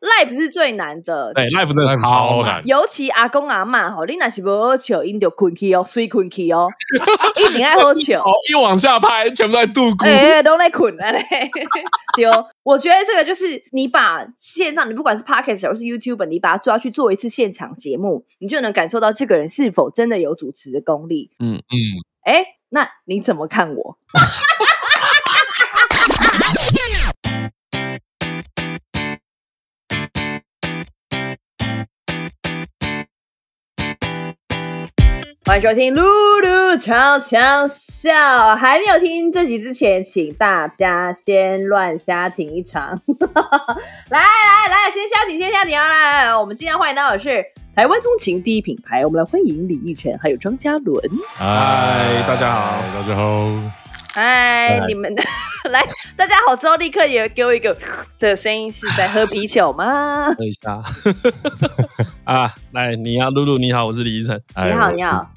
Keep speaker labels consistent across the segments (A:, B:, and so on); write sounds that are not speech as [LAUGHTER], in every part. A: Life 是最难的，
B: 对，life 真的超难，
A: 尤其阿公阿嬷吼，你若是无喝酒，因就困去哦，睡困去哦， [LAUGHS] 一定爱喝酒
B: [LAUGHS] 哦，，一往下拍，全部在度孤。
A: 哎、欸，都在困了嘞。 [LAUGHS] 对哦，我觉得这个就是你把线上，你不管是 podcast 或是 YouTube，你把它抓去做一次现场节目，你就能感受到这个人是否真的有主持的功力。
B: 嗯嗯，
A: 哎、那你怎么看我？欢迎收听《露露超强笑》。还没有听这集之前，请大家先乱瞎停一场。 [LAUGHS] 来来来，先瞎停，先瞎停啊！来来来，我们今天欢迎到的是台湾通勤第一品牌，我们来欢迎李义晨还有张嘉伦。
B: 嗨，大家好，
C: 大家好。
A: 嗨，你们 [LAUGHS] 来，大家好之后立刻也给我一个的声音，是在喝啤酒吗？
C: 等一 [LAUGHS] 下啊，来，你好，露露，你好，我是李依晨。
A: 你好，你好。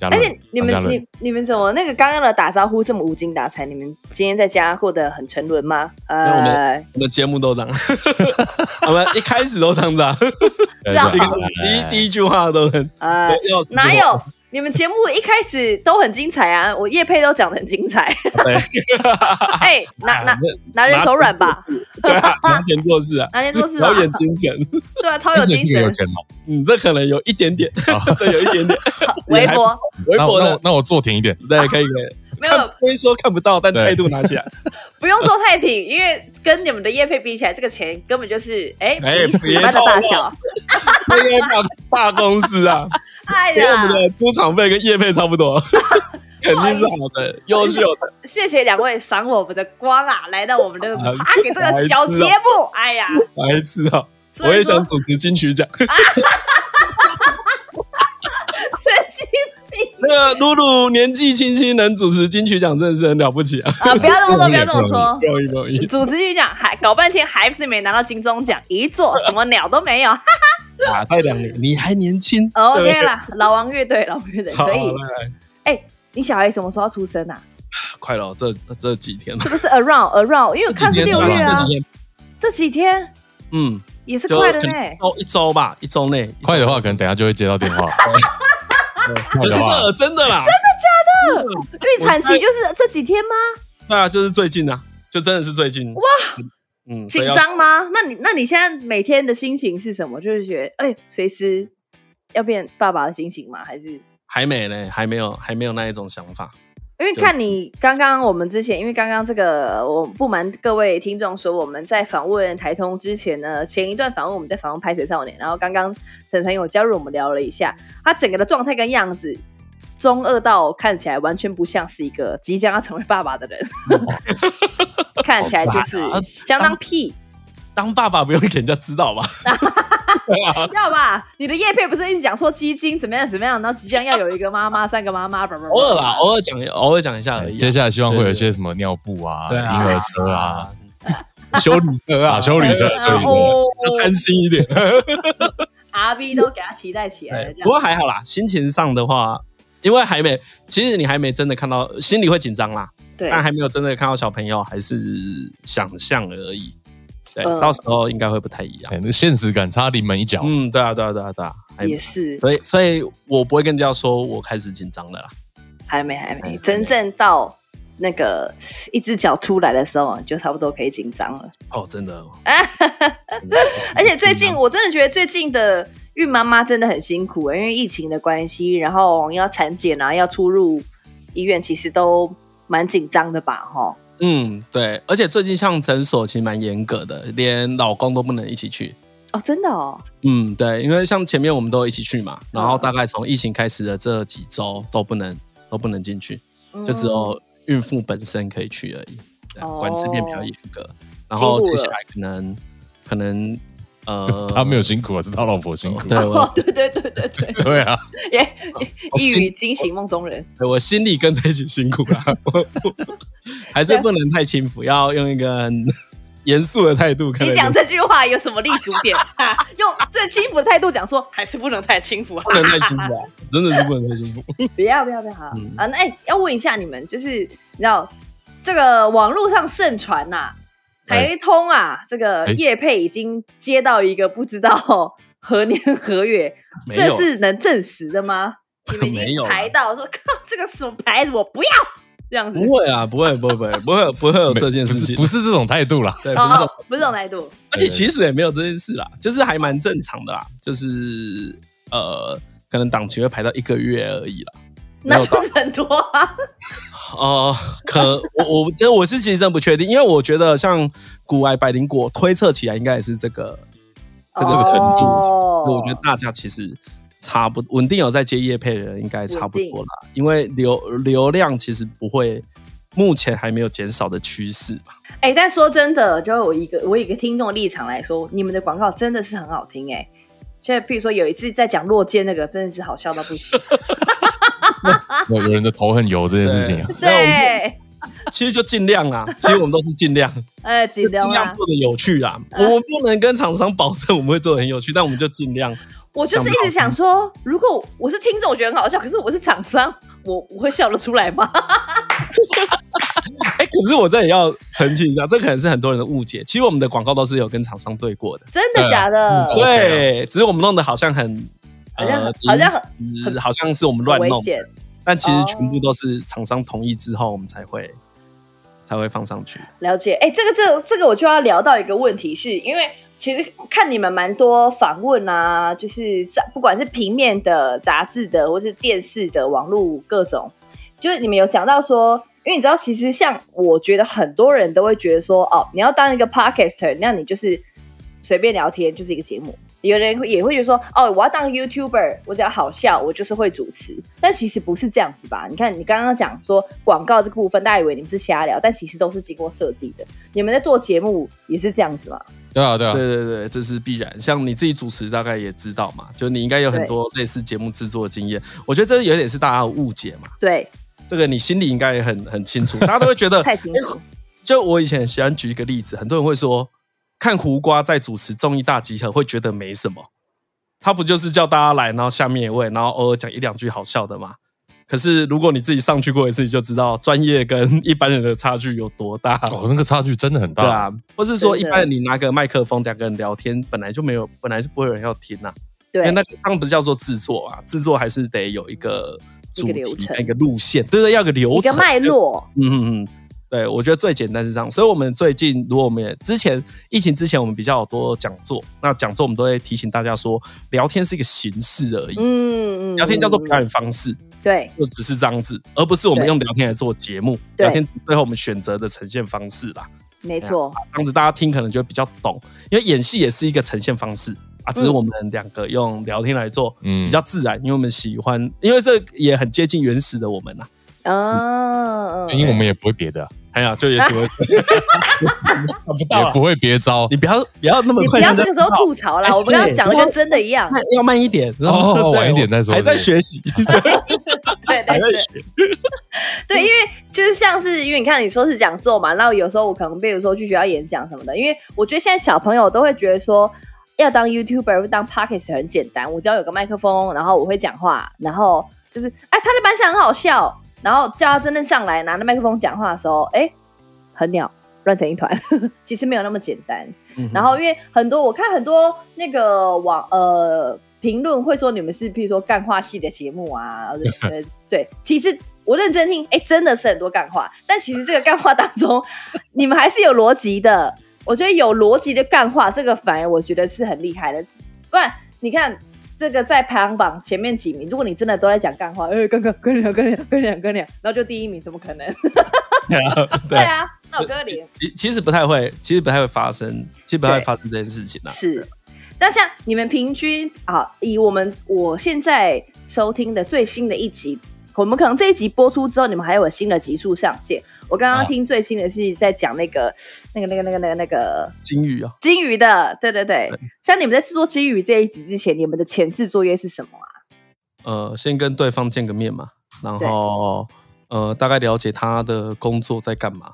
B: 嘉
A: 而
B: 伦，
A: 且你
B: 张嘉
A: 们
B: 伦
A: 你你们怎么那个刚刚的打招呼这么无精打采？你们今天在家过得很沉沦吗？
C: 有我们
A: 呃，
C: 我们节目都这样， [LAUGHS] 我们一开始都这样子 [LAUGHS] 啊，
B: 对
A: 这样
B: 对
A: 好
C: 第一第一句话都很
A: 呃，
C: 要死
A: 哪有？你们节目一开始都很精彩啊，我叶配都讲的很精
C: [LAUGHS]
A: 彩。 [LAUGHS]
C: 对
A: 哎，拿
C: [LAUGHS]
A: 拿拿人
C: 拿
A: 手软吧，
C: 对啊，拿钱啊做事啊，
A: 拿人做事吧
C: 有，点精神。 [LAUGHS]
A: 对啊，超有精
B: 这个有
A: 神。
B: 钱吗？
C: 嗯，这可能有一点点， [LAUGHS] 这有一点点
A: 微博
C: 微
B: 那
C: 博
B: 我那我
C: 的，
B: 那我坐挺一点，
C: 对，可以可以。
A: 没有
C: 看虽说看不到，但
B: 对
C: 态度拿起来。 [LAUGHS]
A: 不用做太挺，因为跟你们的业配比起来，这个钱根本就是哎
C: 哎
A: 比屎般的大小。
C: 因为大公司啊，
A: 哎
C: 所以我们
A: 呀，
C: 的出场费跟业配差不多，肯定是好的，优秀的。
A: 谢谢两位赏我们的光啊，来到我们的
C: 啊
A: 打给这个小节目。哎呀，
C: 白痴啊！
A: 所
C: 我
A: 以 [LAUGHS]
C: 也
A: 说
C: 想主持金曲奖。
A: 神经
C: 那个露露年纪轻轻能主持金曲奖，真的是很了不起啊！
A: 啊，不要这么说，不要这么说
C: 不。容易，不容易。
A: 主持局讲还搞半天还是没拿到金钟奖，一座什么鸟都没 [LAUGHS] 有。
C: 打在两年，你还年轻。对
A: OK 哦啦，老王乐队，老王乐队
C: 好，
A: 可以。
C: 来来
A: 你小孩什么时候要出生啊？
C: 快了，这这几天，
A: 是不是 around around？因为我
C: 这
A: 看
C: 几
A: 是
C: 天
A: 六月
C: 对这
A: 啊
C: 几，天，
A: 这几天
C: 嗯，
A: 也是
C: 就
A: 快了
C: 可能
A: 呢。
C: 哦，一周吧，一周内。
B: 快的话可能等一下就会接
C: [LAUGHS]
B: 到电话。快
C: 真
B: 的话，
C: 的真的啦，真
A: 预产期就是这几天吗？
C: 的对啊，就是最近啊，就真的是最近。哇，嗯，所
A: 紧
C: 以要
A: 张吗？那你那你现在每天的心情是什么？就是觉得哎，随时要变爸爸的心情吗？还是因
C: 还没呢，还没有，还没有那一种想法。
A: 为
C: 就
A: 看你刚刚我们之前，因为刚刚这个我不瞒各位听众说，我们在访问台通之前呢，前一段访问我们在访问拍水少年，然后刚刚陈晨有加入我们聊了一下他整个的状态跟样子。中二到看起来完全不像是一个即将要成为爸爸的人， [LAUGHS] 看起来就是
C: 哦好吧
A: 相当屁，
C: 当爸爸不用给人家知道吧？对啊，
A: 要吧？你的叶配不是一直讲说基金怎么样怎么样，然后即将要有一个妈妈，三个妈妈，叭叭叭
C: [LAUGHS] 偶尔啦，偶尔讲，偶尔讲一下而已啊。
B: 接下来希望会有一些什么尿布啊、
C: 对啊
B: 婴儿车啊、，
C: 修理车
B: 啊修理车
A: 啊
B: 修理车。
A: 哦，
C: 要贪心一点。
A: 阿 B 都给他期待起
B: 哎
A: 来了，这
C: 哎不
A: 样
C: 过还好啦，心情上的话，因为还没，其实你还没真的看到，心里会紧张啦，
A: 对
C: 但还没有真的看到小朋友，还是想象而已。对，
A: 嗯
C: 到时候应该会不太一样。
B: 哎那现实感差临门一脚，
C: 嗯，对啊，对啊，对啊，对啊，还
A: 也是
C: 所以，所以我不会跟人家说我开始紧张了啦。
A: 还没还没
C: 没
A: 真正到那个一只脚出来的时候，你就差不多可以紧张了。 [LAUGHS]
C: 哦，真的， [LAUGHS]
A: 而且最近我真的觉得最近的孕妈妈真的很辛苦、因为疫情的关系，然后要产检啊，要出入医院，其实都蛮紧张的吧？哈，
C: 嗯，对，而且最近像诊所其实蛮严格的，连老公都不能一起去。
A: 哦，真的哦，
C: 嗯，对，因为像前面我们都有一起去嘛，然后大概从疫情开始的这几周都不能都不能进去，
A: 嗯
C: 就只
A: [LAUGHS]
C: 有孕妇本身可以去而已，对
A: 哦
C: 管制变比较严格。
A: 辛
C: 然
A: 苦
C: 后
A: 了
C: 接下来可能可能呃
B: [LAUGHS] ，他没有辛苦啊，是他老婆辛苦。
C: 对
A: 哦
C: 我，
A: 对对对对
C: [LAUGHS]
A: 对，
B: 对啊，
C: 我
A: 一
C: 心
A: 语惊醒梦中人。
C: 我心里跟着一起辛苦啦，我我还是不能太轻浮，要用一个很严肃的态度看
A: 你
C: 待这
A: 讲
C: 个。
A: 这句话有什么立足点？ [LAUGHS] 用最轻浮的态度讲说，还是不能太轻浮。
C: 不能太辛苦啊，真的是不能太辛苦。
A: 不要不要不要好啊！
C: 嗯
A: 那哎、要问一下你们，就是你知道这个网络上盛传呐、
B: 哎
A: 台通啊，这个
B: 哎
A: 叶配已经接到一个不知道 [LAUGHS] 何年何月，
C: 没有
A: 这是能证实的
C: [LAUGHS]
A: 吗？你们已经
C: 没有啊
A: 排到说，靠，这个什么牌子我不要这样子
C: 不。会啊，不会，不会，不会，不会，不会有这件事情，
B: 不是不是这种
C: [LAUGHS]
B: 态度啦。
C: 对，不
A: 哦
C: 是这种
A: 哦，不是这种态度，
C: 而且其实也没有这件事啦，就是还蛮正常的啦，就是呃，可能档期会排到一个月而已啦。没
A: 那
C: 有到
A: 就是很多啊。
C: 呃，可我我这我是其实真不确定，因为我觉得像古埃百灵果推测起来应该也是这个这个程度，
A: 哦
C: 我觉得大家其实差不稳定有在接业配的人应该差不多啦，因为流流量其实不会，目前还没有减少的趋势嘛。
A: 哎、但说真的，就是我一个我以一个听众的立场来说，你们的广告真的是很好听哎、现在，譬如说有一次在讲落剑那个，真的是好笑到不行。
B: 有有人的头很油这件事情啊，
C: 那我们
A: 对，
C: 其实就尽量啦，其实我们都是尽量。
A: 呃，紧
C: 尽
A: 张
C: 量
A: 啦。
C: 做的有趣啦。
A: 嗯
C: 我们不能跟厂商保证我们会做的很有趣，但我们就尽量。
A: 我就是一直想说，如果我是听众，我觉得很好笑，可是我是厂商，我我会笑得出来吗？ [LAUGHS]
C: 哎、可是我这也要澄清一下，这可能是很多人的误解。其实我们的广告都是有跟厂商对过的，
A: 真的假的？
B: 嗯 OK 啊
C: 对，只是我们弄得好像很。
A: 好像
C: 呃，
A: 好像
C: 临时
A: 很
C: 好像是我们
A: 很
C: 乱
A: 危
C: 弄，
A: 险。
C: 但其实
A: 哦
C: 全部都是厂商同意之后，我们才会才会放上去。
A: 了解，哎、这个这这个我就要聊到一个问题是，因为其实看你们蛮多访问啊，就是上不管是平面的、杂志的，或是电视的、网络各种，就是你们有讲到说，因为你知道，其实像我觉得很多人都会觉得说，哦，你要当一个 podcaster，那你就是随便聊天就是一个节目。有的人会也会觉得说，哦，我要当 YouTuber，我只要好笑，我就是会主持。但其实不是这样子吧？你看，你刚刚讲说广告这个部分，大家以为你们是瞎聊，但其实都是经过设计的。你们在做节目也是这样子吗？
B: 对啊对啊，
C: 对对对，这是必然。像你自己主持，大概也知道嘛，就你应该有很
A: 对
C: 多类似节目制作的经验。我觉得这有点是大家的误解嘛。
A: 对，
C: 这个你心里应该也很很
A: [LAUGHS]
C: 清楚，大家都会觉得
A: 太清楚。
C: 就我以前很喜欢举一个例子，很多人会说，看胡瓜在主持综艺大集合会觉得没什么，他不就是叫大家来，然后下面一位，然后偶尔讲一两句好笑的吗？可是如果你自己上去过一次，你就知道专业跟一般人的差距有多大。
B: 哦，那个差距真的很
C: 对
B: 大。
C: 啊，或是说
A: 真
C: 一
A: 的
C: 般人你拿个麦克风，两个人聊天，本来就没有，本来就不会有人要听啊。
A: 对
C: 那，那个他们不是叫做制作啊，制作还是得有一个主
A: 一个流
C: 题
A: 程
C: 跟一个路线，对对，要有个流
A: 一个
C: 程
A: 脉络，
C: 嗯嗯嗯，对，我觉得最简单是这样。所以，我们最近如果我们也之前疫情之前，我们比较有多讲座，那讲座我们都会提醒大家说，聊天是一个形式而已，
A: 嗯嗯，
C: 聊天叫做表演方式，
A: 对，
C: 就只是这样子，而不是我们
A: 对
C: 用聊天来做节目。
A: 对
C: 聊天最后我们选择的呈现方式啦，
A: 没错，
C: 这样子大家听可能就会比较懂，因为演戏也是一个呈现方式啊，只是
A: 嗯
C: 我们两个用聊天来做。
B: 嗯
C: 比较自然，因为我们喜欢，因为这也很接近原始的我们啊
A: [LAUGHS]
C: 呐、
A: 嗯，
B: 因为我们也不会别的啊，
C: 哎呀，就也只
B: [LAUGHS]
C: 会想不
B: 也
C: 啊
B: 不会别招。
C: 你不要不要那么
A: 你不
C: 快
A: 要
C: 让
A: 这
C: 人
A: 个时候吐槽啦，
C: 哎
A: 我们刚刚
C: 对
A: 讲的跟真的一样，
C: 慢要慢一点，然后
B: 哦
C: 对
B: 晚一点再说
C: 还在学
B: [LAUGHS]
C: 习，
A: 对
C: 还
A: 对
C: 在
A: 对。
C: 学，
A: 对，因为就是像是因为你看你说是讲座嘛，然后有时候我可能比如说去学校演讲什么的，因为我觉得现在小朋友都会觉得说要当 YouTuber 或当 Podcast 很简单，我只要有个麦克风，然后我会讲话，然后就是哎他的班上很好笑，然后叫他真正上来拿着麦克风讲话的时候，哎很鸟乱成一团， [LAUGHS] 其实没有那么简单。
C: 嗯
A: 然后因为很多我看很多那个网呃评论会说你们是譬如说干话系的节目啊，或者是对，其实我认真听，哎，真的是很多干话，但其实这个干话当中， [LAUGHS] 你们还是有逻辑的。我觉得有逻辑的干话，这个反而我觉得是很厉害的。不然你看这个在排行榜前面几名，如果你真的都在讲干话，哎，跟跟跟聊跟聊跟聊跟聊，然后就第一名，怎么可能？ [LAUGHS]
C: [LAUGHS]
A: 对
C: 对，
A: 啊，那我跟你
C: 其其实不太会，其实不太会发生，其实不太会
A: 对
C: 发生这件事情啊。
A: 是，那像你们平均啊，以我们我现在收听的最新的一集，我们可能这一集播出之后，你们还有新的集数上线。我刚刚
B: 哦
A: 听最新的是在讲那个、那个、那个、那个、那个、那个
C: 金鱼啊，
A: 金鱼的，对对对。像你们在制作金鱼这一集之前，你们的前置作业是什么啊？
C: 呃，先跟对方见个面嘛，然后呃，大概了解他的工作在干嘛，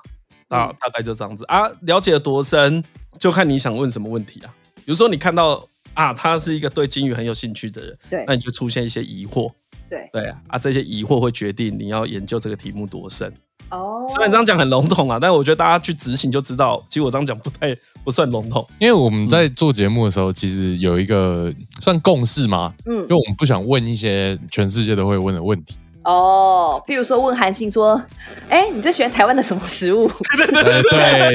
C: 大大概就这样子啊。了解多深，就看你想问什么问题啊。比如说你看到啊，他是一个对金鱼很有兴趣的人，
A: 对
C: 那你就出现一些疑惑，
A: 对
C: 对啊，啊这些疑惑会决定你要研究这个题目多深。
A: 哦，
C: 虽然这样讲很笼统啊，但我觉得大家去执行就知道，其实我这样讲不太不算笼统。
B: 因为我们
C: 嗯
B: 在做节目的时候，其实有一个算共识嘛，
A: 嗯
B: 就我们不想问一些全世界都会问的
C: [LAUGHS]
B: 问题。
A: 哦，譬如说问韩信说，哎、你最喜欢台湾的什么食物？
B: 呃，对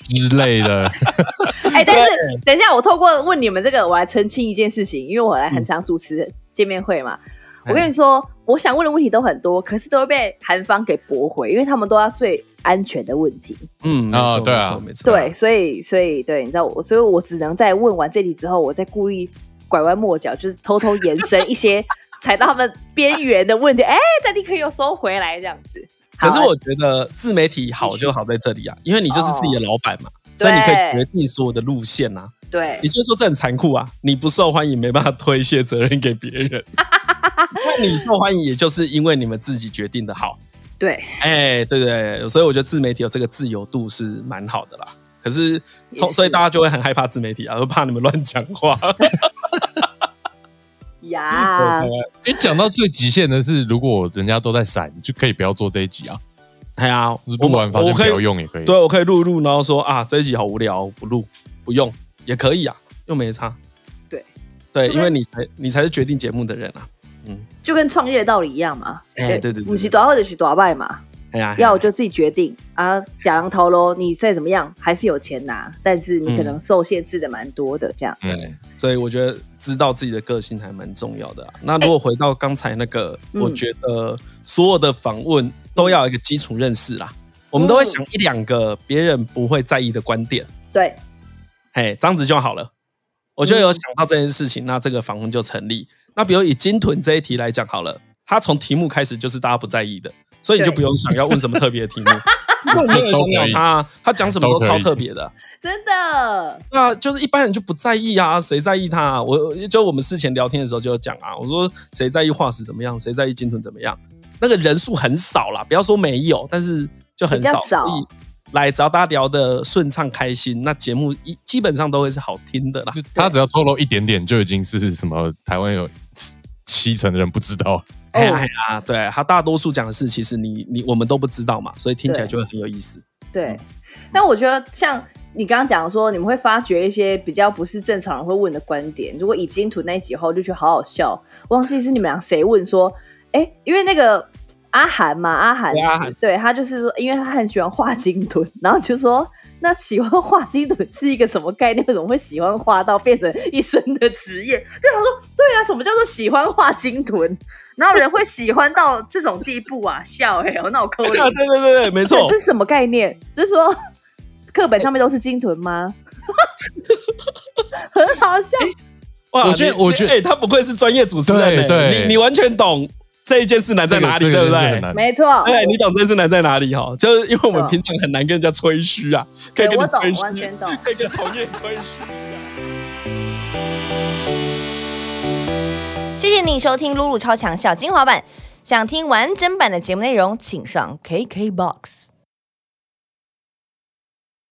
B: 之之类
C: [LAUGHS]
B: 的，
A: [LAUGHS] 哎、但是等一下，我透过问你们这个，我来澄清一件事情，因为我来很常主持见面会嘛。
C: 嗯
A: 我跟你说，我想问的问题都很多，可是都会被韩方给驳回，因为他们都要最安全的问题。
C: 嗯，没
B: 哦
C: 错，
B: 对啊
C: 没错没错，
A: 对，所以所以对，你知道我，所以我只能在问完这题之后，我再故意拐弯抹角，就是偷偷延伸一些踩到他们边缘的问题， [LAUGHS] 哎、再立刻又收回来这样子。好啊
C: 可是我觉得自媒体好就好在这里啊，因为你就是自己
A: 哦
C: 的老板嘛，所以你可以决定所有的路线啊。
A: 对
C: 也就是说，这很残酷啊，你不受欢迎没办法推卸责任给别
A: [LAUGHS]
C: 人。那你受欢迎，也就是因为你们自己决定的好。
A: 对，
C: 哎、对对，所以我觉得自媒体有这个自由度是蛮好的啦。可是
A: 也，
C: 通
A: 是
C: 所以大家就会很害怕自媒体啊，都怕你们乱讲话。
A: 呀，
B: 你讲到最极限的是，如果人家都在闪，就可以不要做这一集啊，
C: 哎呀，
B: 就是录完发
C: 我
B: 现
C: 可
B: 没
C: 以
B: 有用也可以。
C: 对，我可以录一录，然后说啊，这一集好无聊，不录不用也可以啊，又没差。
A: 对
C: 对，
A: 对
C: 因为你才你才是决定节目的人啊。
A: 就跟创业的道理一样嘛。
C: 哎对对对
A: 不是多或者是多败嘛，
C: 哎呀，
A: 要我就自己决定啊。假狼头喽，你再怎么样还是有钱拿，但是你可能受限制的蛮多的这样。
B: 嗯，
C: 所以我觉得知道自己的个性还蛮重要的啊、那如果回到刚才那个，
A: 嗯
C: 我觉得所有的访问都要有一个基础认识啦。我们都会想一两个别人不会在意的观点，
A: 对，
C: 嘿，这样子就好了。我就有想到这件事情，那这个访问就成立。那比如以金屯这一题来讲好了，它从题目开始就是大家不在意的，所以你就
A: 对
C: 不用想要问什么特别的 [LAUGHS] 题目，因为我没有人想
B: 都可
C: 鸟
B: 以
C: 他啊，他讲什么都
B: 都
C: 超
B: 可以
C: 特别的。啊
A: 真的，
C: 那啊就是一般人就不在意啊，谁在意他、啊？我就我们事前聊天的时候就有讲啊，我说谁在意化石怎么样，谁在意金屯怎么样？那个人数很少啦，不要说没有，但是就很
A: 比
C: 少。
A: 较少
C: 所以来，只要大家聊得顺畅开心，那节目一基本上都会是好听的啦。
B: 就他只要透露一点点，就已经是什么台湾有七成的人不知道。
C: 哎呀哎呀，对他大多数讲的事，其实你你我们都不知道嘛，所以听起来就会很有意思。
A: 对。但我觉得像你刚刚讲说，你们会发掘一些比较不是正常人会问的观点。如果以金图那一集后，就觉得好好笑。忘记是你们俩谁问说，哎，因为那个阿涵嘛，阿涵，
C: 对阿啊涵
A: 对他就是说，因为他很喜欢画金豚，然后就说。那喜欢画金豚是一个什么概念？为什么会喜欢画到变成一生的职业？对，他说对啊，什么叫做喜欢画金豚？哪有人会喜欢到这种地步啊？笑哎、欸，我脑抠
C: 对啊
A: 脸
C: 对。对对对，没错
A: 这。是什么概念？就是说课本上面都是鲸豚吗？ [LAUGHS] 很好笑，
C: 哇
B: 我觉得
C: 你
B: 我觉得
C: 哎、他不愧是专业主持人、
B: 对
C: 哎
B: 对
C: 你你完全懂这一件事难在哪里，
B: 这个
C: 对不
B: 这个
C: 对
B: 很？难
A: 没错，
C: 对，哎你懂这是难在哪里哈？就是因为我们
A: 对
C: 平常很难跟人家吹嘘啊，可以
A: 嗯对
C: 跟你
A: 我懂
C: 吹，
A: 完
C: 嘘，
A: 全懂。
C: 可以跟同业吹嘘一下。
D: 谢谢你收听《露露超强小精华版》，想听完整版的节目内容，请上 KKBOX。